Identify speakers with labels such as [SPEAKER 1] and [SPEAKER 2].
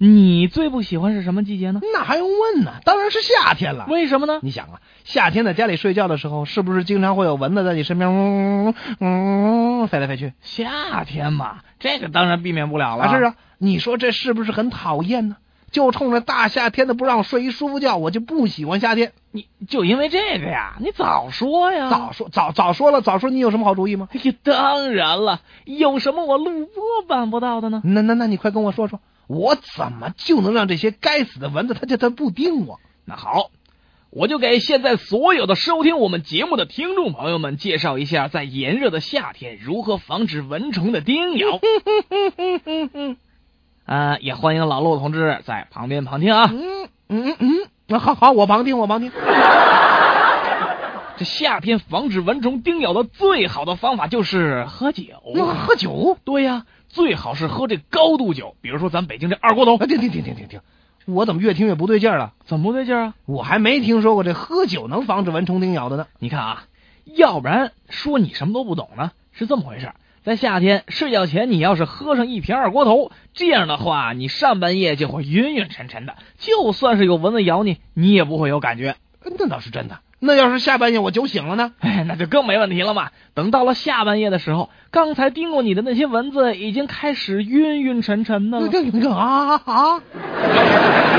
[SPEAKER 1] 你最不喜欢是什么季节呢？
[SPEAKER 2] 那还用问呢？当然是夏天了。
[SPEAKER 1] 为什么呢？
[SPEAKER 2] 你想啊，夏天在家里睡觉的时候，是不是经常会有蚊子在你身边嗡嗡嗡飞来飞去？
[SPEAKER 1] 夏天嘛，这个当然避免不了了。
[SPEAKER 2] 啊，是啊，你说这是不是很讨厌呢？就冲着大夏天的不让我睡一舒服觉，我就不喜欢夏天。
[SPEAKER 1] 你就因为这个呀？你早说呀！
[SPEAKER 2] 早说早早说了，早说你有什么好主意吗？
[SPEAKER 1] 哎呀，当然了，有什么我录播办不到的呢？
[SPEAKER 2] 那那那你快跟我说说，我怎么就能让这些该死的蚊子它就它不叮我？
[SPEAKER 1] 那好，我就给现在所有的收听我们节目的听众朋友们介绍一下，在炎热的夏天如何防止蚊虫的叮 咬。啊、也欢迎老陆同志在旁边旁听啊。
[SPEAKER 2] 嗯嗯嗯，那好好，我旁听，我旁听。
[SPEAKER 1] 哦这夏天防止蚊虫叮咬的最好的方法就是喝酒。
[SPEAKER 2] 那喝酒？
[SPEAKER 1] 对呀、最好是喝这高度酒，比如说咱北京这二锅头
[SPEAKER 2] 啊，。停停停停停停，我怎么越听越不对劲儿了？
[SPEAKER 1] 怎么不对劲儿啊？
[SPEAKER 2] 我还没听说过这喝酒能防止蚊虫叮咬的呢。
[SPEAKER 1] 你看啊，要不然说你什么都不懂呢，是这么回事儿。在夏天睡觉前，你要是喝上一瓶二锅头，这样的话，你上半夜就会晕晕沉沉的，就算是有蚊子咬你，你也不会有感觉。
[SPEAKER 2] 呃那倒是真的。那要是下半夜我酒醒了呢？
[SPEAKER 1] 哎，那就更没问题了嘛。等到了下半夜的时候，刚才叮过你的那些蚊子已经开始晕晕沉沉的
[SPEAKER 2] 那啊
[SPEAKER 1] 了。
[SPEAKER 2] 这你看啊啊！